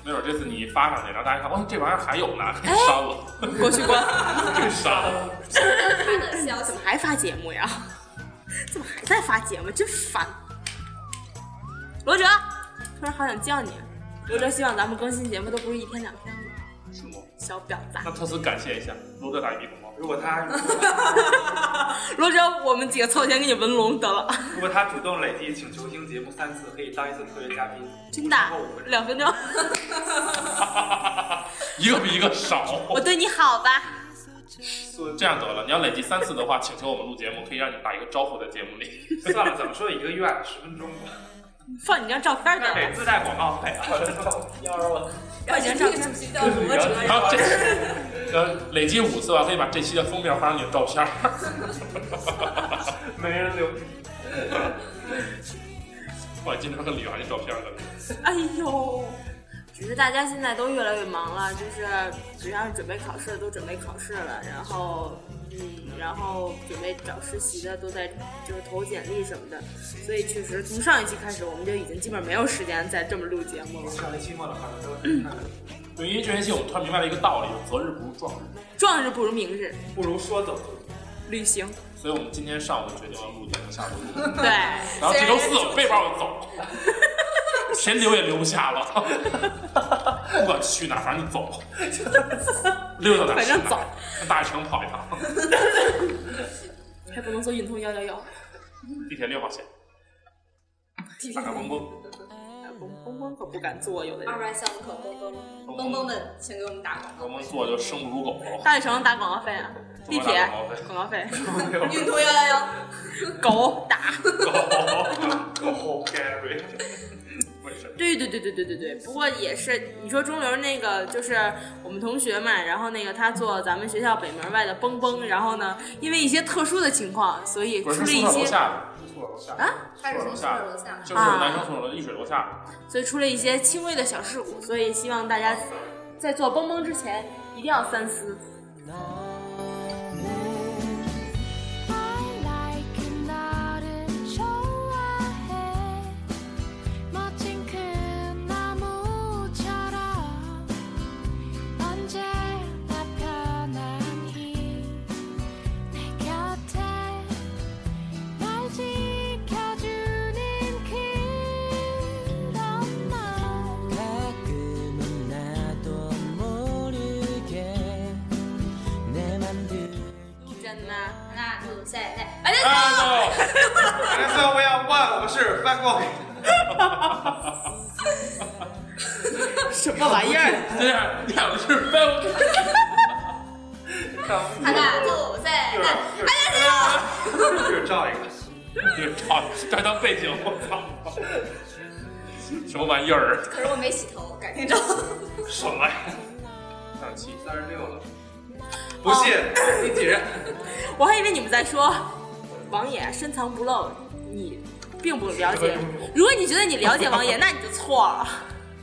A: 没准这次你发上去，然后大家看，哦，这玩意儿还有呢，给删了，
C: 过去关。
D: 哎
A: 给删了。
E: 他的消息
C: 怎。么还发节目呀？ 怎么还在发节目？真烦！罗哲，突然好想叫你。罗哲希望咱们更新节目都不是一天两天的。
A: 是吗？
C: 小婊
A: 那
C: 子，
A: 特此感谢一下罗哥大鼻孔猫。
D: 如果他
C: 罗哲，我们几个凑钱给你纹龙得了，
D: 如果他主动累计请球星节目三次，可以当一次特约嘉宾，
C: 真的
D: 超过五分钟。
C: 两分钟。
A: 一个比一个少。
C: 我对你好吧？
A: 这样得了，你要累计三次的话，请求我们录节目，可以让你打一个招呼在节目里。
D: 算了，怎么说也一个月十分钟吧，
C: 放你张照片
D: 那得
C: 得了，
D: 自带广告费啊！
I: 要是我
C: 放你张嗯照 片。
J: 主题叫什么 哲？
A: 然后这，呃，累计五次吧，可以把这期的封面换上你的照片儿。
D: 没人留。
A: 我经常跟李阳的照片儿的，
C: 哎呦，只是大家现在都越来越忙了，就是只要是准备考试的都准备考试了，然后嗯，然后准备找实习的都在就是投简历什么的，所以确实从上一期开始我们就已经基本没有时间再这么录节目了。
D: 上一期末的话，都看看，
A: 对，因为这学期我们突然明白了一个道理：择日不如撞日。
C: 壮日不如明日，
D: 不如说走就走。
C: 旅行。
A: 所以我们今天上午就决定要录节目，下午录。
C: 对，
A: 然后这周四我背包就走了，谁留也留不下了。不管去哪儿，反正你走，溜达哪儿
C: 反
A: 是哪
C: 正
A: 儿
C: 走，
A: 大悦城跑一趟，
C: 还不能坐运通幺幺幺。
A: 地铁六号线，打个蹦蹦。
C: 哎蹦蹦蹦可不敢坐，有的
E: 二
C: 人。
E: 外项目口蹦蹦蹦蹦们，请给我们打广
A: 我们做就生不如狗了。
C: 大悦城打广告费啊，
A: 怎
C: 地
A: 么打
C: 铁
A: 广告费
C: 广告费，
E: 告。运通幺幺幺，
C: 狗打。
D: 狗 Gary，
A: 为什么？
C: 对对对对对对对，不过也是，你说中流那个就是我们同学嘛，然后那个他做咱们学校北门外的蹦蹦，然后呢，因为一些特殊的情况，所以
A: 不是
C: 出了
A: 是
C: 一
A: 宿舍楼
C: 些，
A: 下的，宿舍楼下的
C: 啊，
E: 他是从宿舍楼下。
A: 就是男生宿舍楼一水楼下的。
C: 所以出了一些轻微的小事故，所以希望大家在做蹦蹦之前一定要三思。
H: 가끔은 나도 모르게 내 맘대로
C: 真的，
E: 那就下一代，完了，
A: 哎
D: 大家最后不要忘，我们是范过。
C: 什么玩意儿？
A: 对，这啊样两个是被我
E: 那就下一代。
D: 这照一个，
A: 这操，这还当背景，我操！什么玩意儿？
E: 可是我没洗头，改 天照。
D: 什么呀？
A: 上期
D: 三十六了，不信你几人？
C: 我还以为你们在说王爷深藏不露，你并不了解。如果你觉得你了解王爷，那你就错了。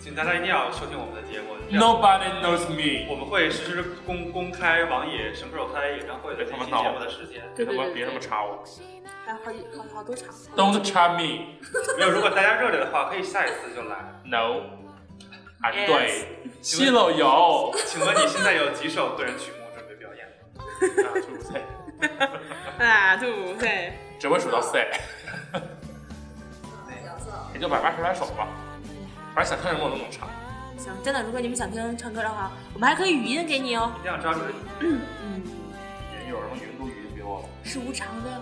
D: 请大家一定要收听我们的节目。
A: Nobody knows me。
D: 我们会实时公公开王野什么时候开演唱会的这期节目的时间。
A: 别他妈别他妈查我
C: 还有好几好好多场。
A: ！Don't try me。
D: 没有，如果大家热烈的话，可以下一次就来。
A: No。啊
C: Yes
A: 对，西楼有。
D: 请问你现在有几首个人曲目准备表演？
A: 啊就是这
C: 啊，对不对？
A: 只会数到 C，也就百八十来首吧。反正想听什么我都能唱。
C: 行，真的，如果你们想听唱歌的话，我们还可以语音给你哦。
D: 一定要抓准，
C: 嗯，
A: 也有什么云都云给我了。
C: 是无偿的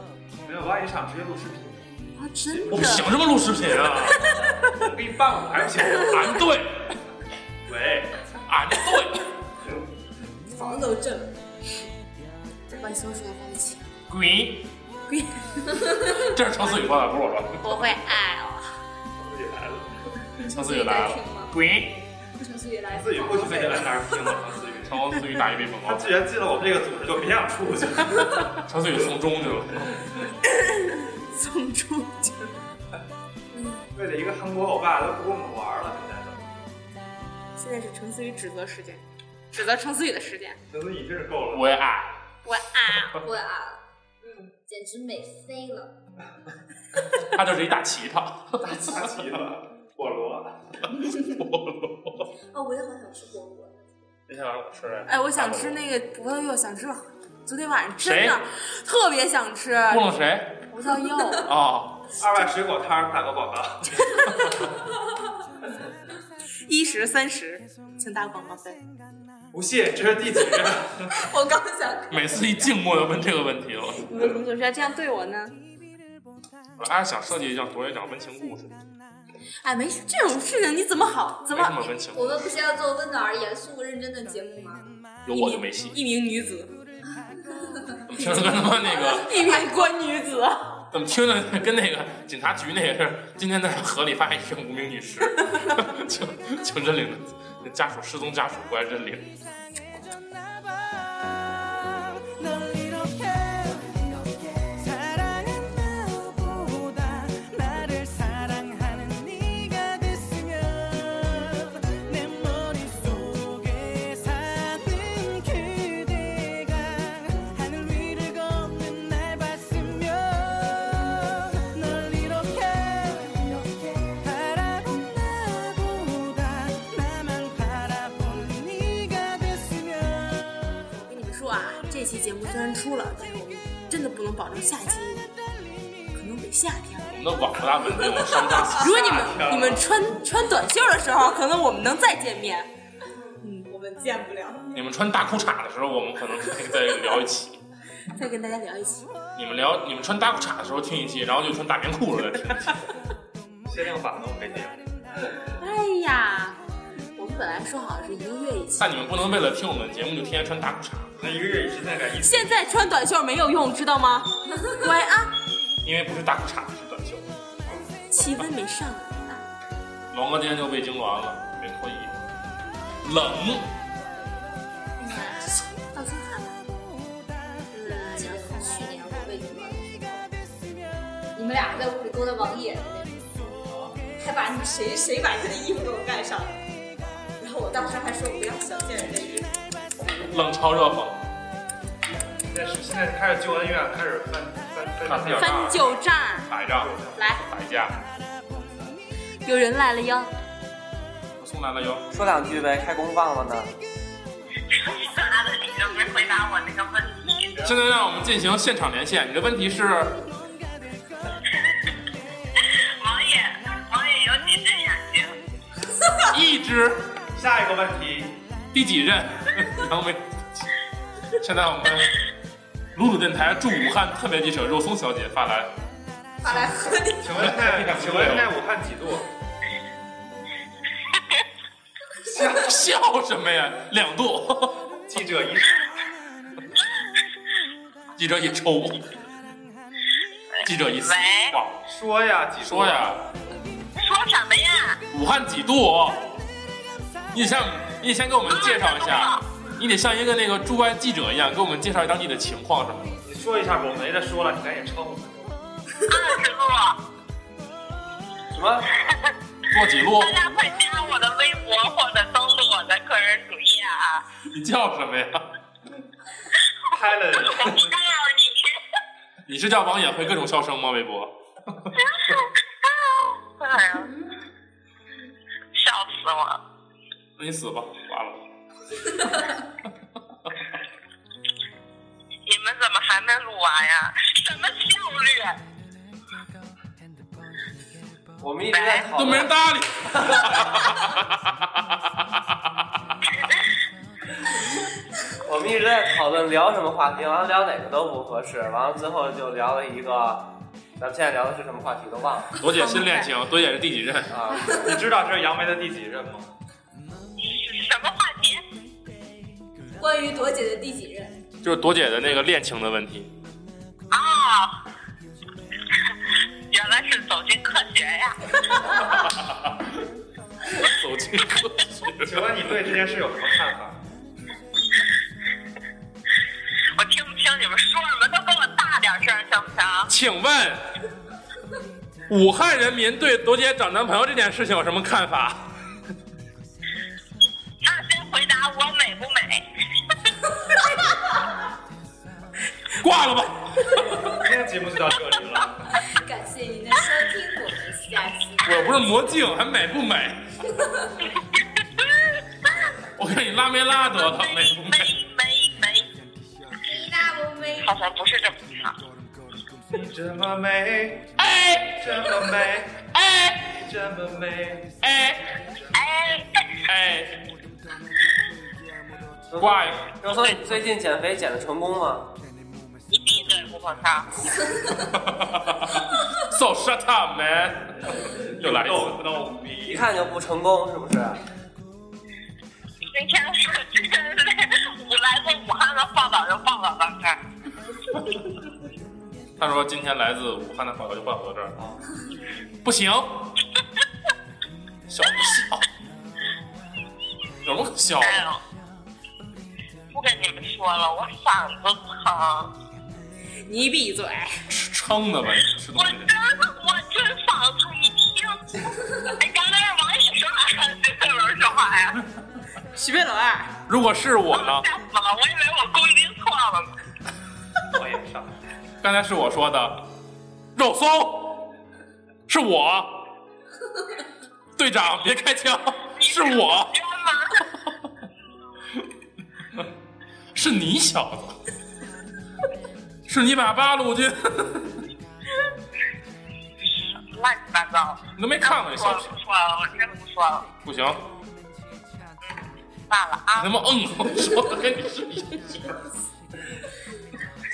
D: 没有万一上直接录视频，
C: 啊，真
A: 我
C: 的。
A: 们想什么录视频啊？
D: 我给你伴舞还行。
A: 俺对，
D: 喂，
A: 俺对，
E: 房都震了。
C: 把你所有数放一起。
A: 滚！
C: 滚！
A: 这是程思宇放的，不是我说的。
C: 我会爱哦。
D: 自己来了，
A: 程思宇来了，滚！
E: 程序员来
D: 自己过去那个安哪儿听了吗？自己。
A: 程思宇打一杯广
D: 他
A: 告，
D: 既然进了我们这个组织，就别想出去。
A: 程思宇送终去了。
C: 送出去。
D: 为了一个韩国欧巴，都不跟我们玩 了。现在
C: 现在
D: 都，
C: 是程思宇指责时间，指责程思宇的时间。
D: 德子你真是够了。
A: 我也爱，
C: 我爱
H: 我啊，嗯，简直美飞了。
A: 他就是一大奇葩。
D: 大下棋了，火罗。
H: 哦，我也好想吃火锅。
A: 那天晚上我吃了，
C: 哎，我想吃那个葡萄柚，想吃。昨天晚上真的特别想吃
A: 忘了谁
C: 葡萄柚，
A: 啊？
D: 二外水果摊儿打个广告，
C: 一十三十，请打广告费。
D: 不信这是第几个？
H: 我刚想，
A: 每次一静默就问这个问题了。
C: 你们你怎么要这样对我呢？
A: 大家想设计让国学讲温情故事，
C: 哎，没事，这种事情你怎么好怎
A: 没什么
C: 么
A: 温情
H: 我，们不是要做温暖而严肃、认真的节目吗？
A: 有我就没戏。
C: 一名女子，
A: 怎么听着跟他妈 那个，
C: 一名官女子，
A: 怎么听着跟那个警察局那个是？今天在河里发现一个无名女尸，请请认领的家属失踪家属过来认领。
B: 사랑했나봐 널 이렇게 사랑했나보다 나를 사랑하는 네가 됐으면 내 머릿속에 사는 그대가 하늘 위를 걷는 날 봤으면 널 이렇게 바라보나 보다 나만 바라보는 네가 됐으면
C: 我跟你们说啊，这期节目虽然出了，但是我们真的不能保证下期，可能得夏天。
A: 我们的网不大稳定，我上不大。
C: 如果 你们你们穿穿短袖的时候，可能我们能再见面。嗯
E: 我们见不了。
A: 你们穿大裤衩的时候，我们可能可以再聊一期。
C: 再跟大家聊一期。
A: 你们聊，你们穿大裤衩的时候听一期，然后就穿大棉裤了再听一期。
D: 限量版的我给你。
C: 哎呀，我们本来说好是一个月一期，
A: 但你们不能为了听我们节目就天天穿大裤衩。
D: 那一个月一直在改一，
C: 现在穿短袖没有用，知道吗？ 乖啊，
A: 因为不是大裤衩，是短袖。
C: 气温没上来。
A: 龙哥今天就被痉挛了，没脱衣服，冷。
C: 哎呀，到现在了。嗯，行
H: 去年我被你们，你们俩在屋里勾搭王爷，
E: 还把你谁谁把你的衣服给我盖上了？然后我当时还说我不要小贱人的衣服。
A: 冷嘲热讽，
D: 现在是现在开始救恩院，开始翻翻翻 脚
C: 翻
D: 架，
C: 旧账儿，
A: 打一仗，
C: 来，
A: 打一架，
C: 有人来了哟。
A: 我送来了哟。
K: 说两句呗，开工放了呢。
A: 现在让我们进行现场连线，你的问题是？王爷，王爷有几只眼睛？一只。
D: 下一个问题，
A: 第几任？杨梅。现在我们鲁鲁电台驻武汉特别记者肉松小姐发来，
E: 发来喝你。
D: 请问现在请问现在武汉几度？
A: 笑什么呀？两度。
D: 记者一
A: 记者一抽，记者一撕，哇
D: 说呀，几度啊
A: 说？呀，
G: 说什么呀？
A: 武汉几度？哦你像你先给我们介绍一下，
G: 啊
A: 你得像一个那个驻外记者一样，给我们介绍当地的情况什么的。
D: 你说一下，我没得说了，你赶紧抽。
G: 二十度，
K: 什么？
A: 做几路？
G: 大家快加我的微博或者登录我的个人主页啊！
A: 你叫什么呀？
D: 拍了，
G: 告诉
A: 你是叫王野会各种笑声吗？微 博？
G: 哎你，哎呀，笑死我了！
A: 那你死吧，完了。
G: 你们怎么还啊没录完呀？什么效率？
F: 我们一直在讨论
A: 都没人搭理。
F: 我们一直在讨论聊什么话题，完了聊哪个都不合适，完了最后就聊了一个，咱们现在聊的是什么话题都忘了
A: 朵姐新恋情，朵姐是第几任？
F: 啊。
D: 你知道这是杨梅的第几任吗？
G: 什么话题？
E: 关于朵姐的第几任？
A: 就是朵姐的那个恋情的问 题。
G: 啊、原来是走进科学呀！
A: 走进科学，
D: 请问你对这件事有什么看法？
G: 我听不清你们说什么，都给我大点声，行不行？
A: 请问武汉人民对朵姐找男朋友这件事情有什么看法？
G: 那先回答我美不美？
A: 挂了吧。
D: 今天节目就到这里了，
E: 感谢您的收听，我们下期
A: 我不是魔镜，还美不美？ 我看你拉没拉得了，美不美？
G: 美美，
E: 你那我没
G: 好像不是这么唱。
D: 你这么美，
A: 哎
D: 这么美，
A: 哎
D: 这么美，
A: 哎
G: 哎，
A: 哎，挂 一个。
F: 周松，你最近减肥减的成功吗？
G: 你闭嘴，不碰他。
A: so shut up man，又来一
D: 逗
A: 次。
D: 逗
F: 一
D: 逼，
F: 看就不成功，是不是？
G: 今天是真累，我来自武汉的报道就报道到这儿。
A: 他说今天来自武汉的报道就报道到这儿啊，不行，笑什么笑？有什么可笑的？
G: 哎呦，不跟你们说了，我嗓子疼，
L: 你闭嘴！
A: 吃撑的吧？你吃东
G: 我
A: 西
G: 真。的我真嗓子一听，哎，刚才是王一说话还是谁在玩说话呀？
L: 徐贝老二，
A: 如果是我呢？
G: 吓死了，我以为我规定错了呢。
D: 我也上。
A: 刚才是我说的，肉松，是我，队长别开枪，是我，
G: 冤吗？
A: 是你小子，是你把八路军，
G: 乱七八糟。
A: 你都没看过你
G: 说
A: 小
G: 了
A: 品，
G: 不说了，我真不说了，
A: 不行，
G: 算了啊
A: 你他。妈嗯，我说的跟你是一样。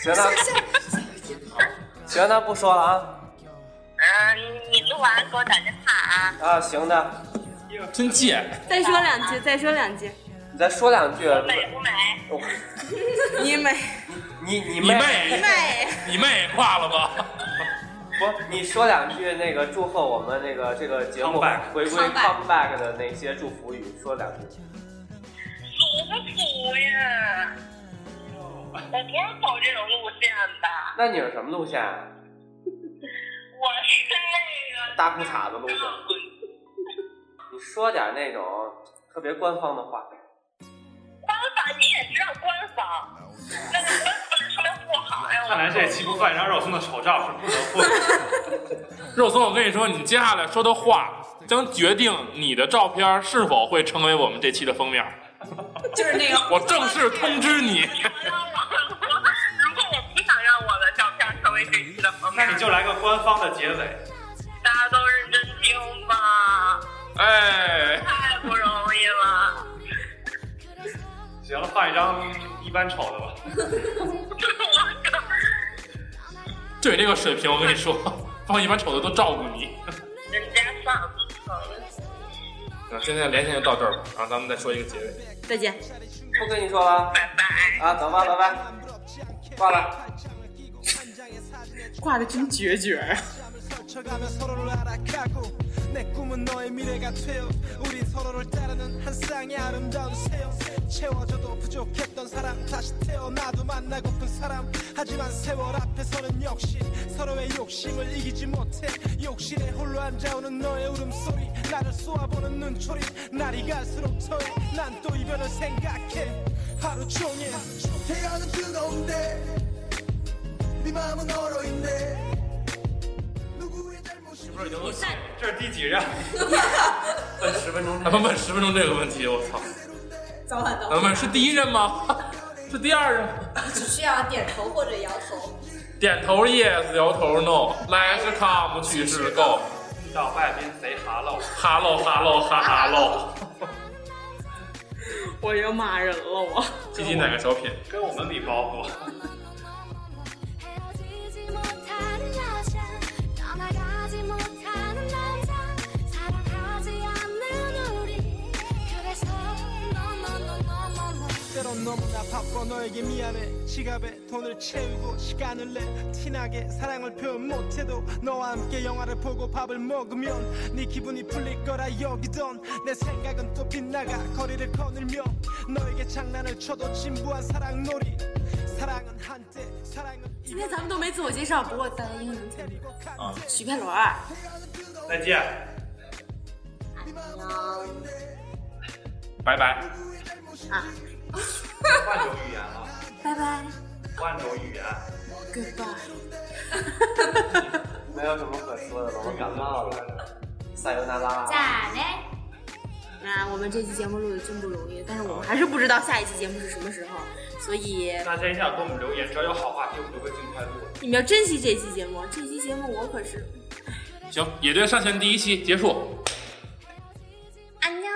F: 行，那行，那不说了啊
G: 嗯，你录完给我打电话啊。
F: 啊，行的，
A: 真贱，
L: 再说两
C: 啊
L: 句，再说两句。
F: 你再说两句。
G: 美不美？
F: 我
L: 你 妹
F: 你
A: 你
F: 你妹
A: 妹，
L: 妹，
A: 你妹挂了吧，
F: 不，你说两句那个祝贺我们那个这个节目
D: Comeback
F: 回归
E: Comeback
F: comeback 的那些祝福语，说两句。
G: 俗不俗呀？我不是走这种路线的，
F: 那你是什么路线啊？
G: 我是那个
F: 大裤衩子路线。
G: 滚
F: 你说点那种特别官方的话。
G: 官方你也知道官方，那个官方说的不好呀。我
D: 看来这期不算一张肉松的丑照是不能混的。
A: 肉松，我跟你说，你接下来说的话将决定你的照片是否会成为我们这期的封面，
L: 就是那个
A: 我正式通知你。
G: 让我如果我不想让我的照片成为这期的封面
D: 那，你就来个官方的结尾，
G: 大家都认真听吧，
A: 哎，
G: 太不容易了。
D: 行了，换一张一般丑的吧。
G: 我靠！
A: 对这个水平，我跟你说，放一般丑的都照顾你。
G: 人家嗓子疼。
A: 那现在连线就到这儿吧，然后咱们再说一个结尾。
L: 再见。
F: 不跟你说了，拜拜啊，走吧，拜拜，挂了。
L: 挂的真决绝啊！
B: 거쳐가며 서로를 알아가고 내 꿈은 너의 미래가 되어 우린 서로를 따르는 한 쌍의 아름다운 새요 채워져도 부족했던 사람 다시 태어나도 만나고픈 사람 하지만 세월 앞에서는 역시 서로의 욕심을 이기지 못해 욕실에 홀로 앉아오는 너의 울음소리 나를 쏘아보는 눈초리 날이 갈수록 더해 난 또 이별을 생각해 하루 종일
M: 태양은 뜨거운데 네 마음은 얼어있네 누구의 잘못이
D: 这是第几任？
F: 问十分钟
A: 咱们问十分钟这个问题，我操！
E: 早晚都
A: 咱们问是第一任吗？ 是第二任？
E: 只需要点头或者摇头。
A: 点头 yes，摇头 no，来是 come，去是 go。
D: 到外边 say hello。
A: Hello，Hello，哈哈喽。
C: 我又骂人了，我。
A: 鸡鸡奶个小品，
D: 跟我们比包袱。
B: 때론 너무나 바빠 너에게 미안해 지갑에 돈을 채우고 시간을 내 티나게 사랑을 표현 못해도 너와 함께 영화를 보고 밥을 먹으면 네 기분이 풀릴 거라 여기던 내 생각은 또 빗나가 거리를 거닐며 너에게 장난을 쳐도 진부한 사랑놀이 사랑은 한때 사랑은
C: 今天咱们都没自我介绍，不过大家应该能听懂。许佩伦儿，
D: 再见，
A: 拜拜。
C: 啊，
D: 换种语言了，
C: 拜拜
D: 换种语言。
C: ，Goodbye。
F: 没有什么可说的了，我感冒了。撒由那拉。
C: 咋嘞？那我们这期节目录的真不容易，但是我们还是不知道下一期节目是什么时候，所以
D: 大家一定要给我们留言，只要有好话题，我们就会尽快录。
C: 你们要珍惜这期节目。这期节目我可是
A: 行，野队上线第一期结束。
C: 安呀。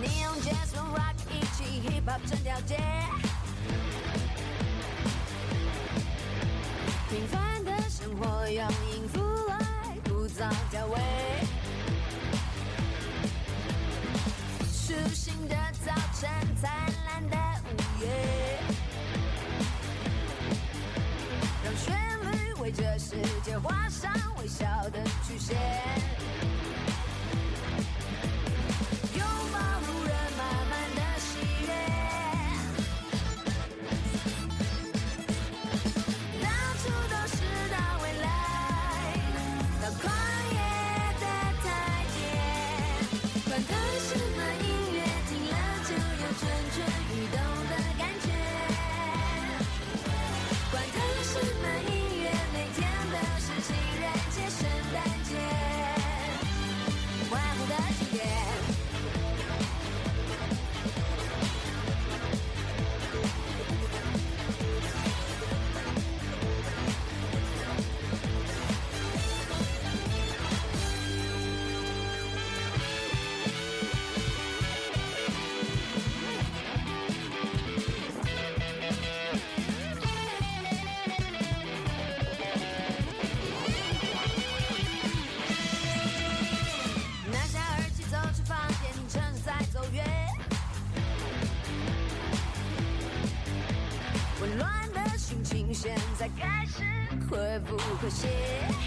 E: Neon Jazz Rock Rock 一起 Hip Hop 整条街。平凡的生活用音符来鼓噪调味。舒心的早晨，灿烂的午夜，让旋律为这世界画上微笑的曲线。拥抱路人，满满的喜悦。到处都是大未来，到狂野的台阶。管它什么音乐，听了就有蠢蠢欲动的感觉。管它什么音乐，每天都是情人节、圣诞节，欢呼的庆典。拿下耳机，走出房间，趁着在走远。混乱的心情现在开始恢复和谐。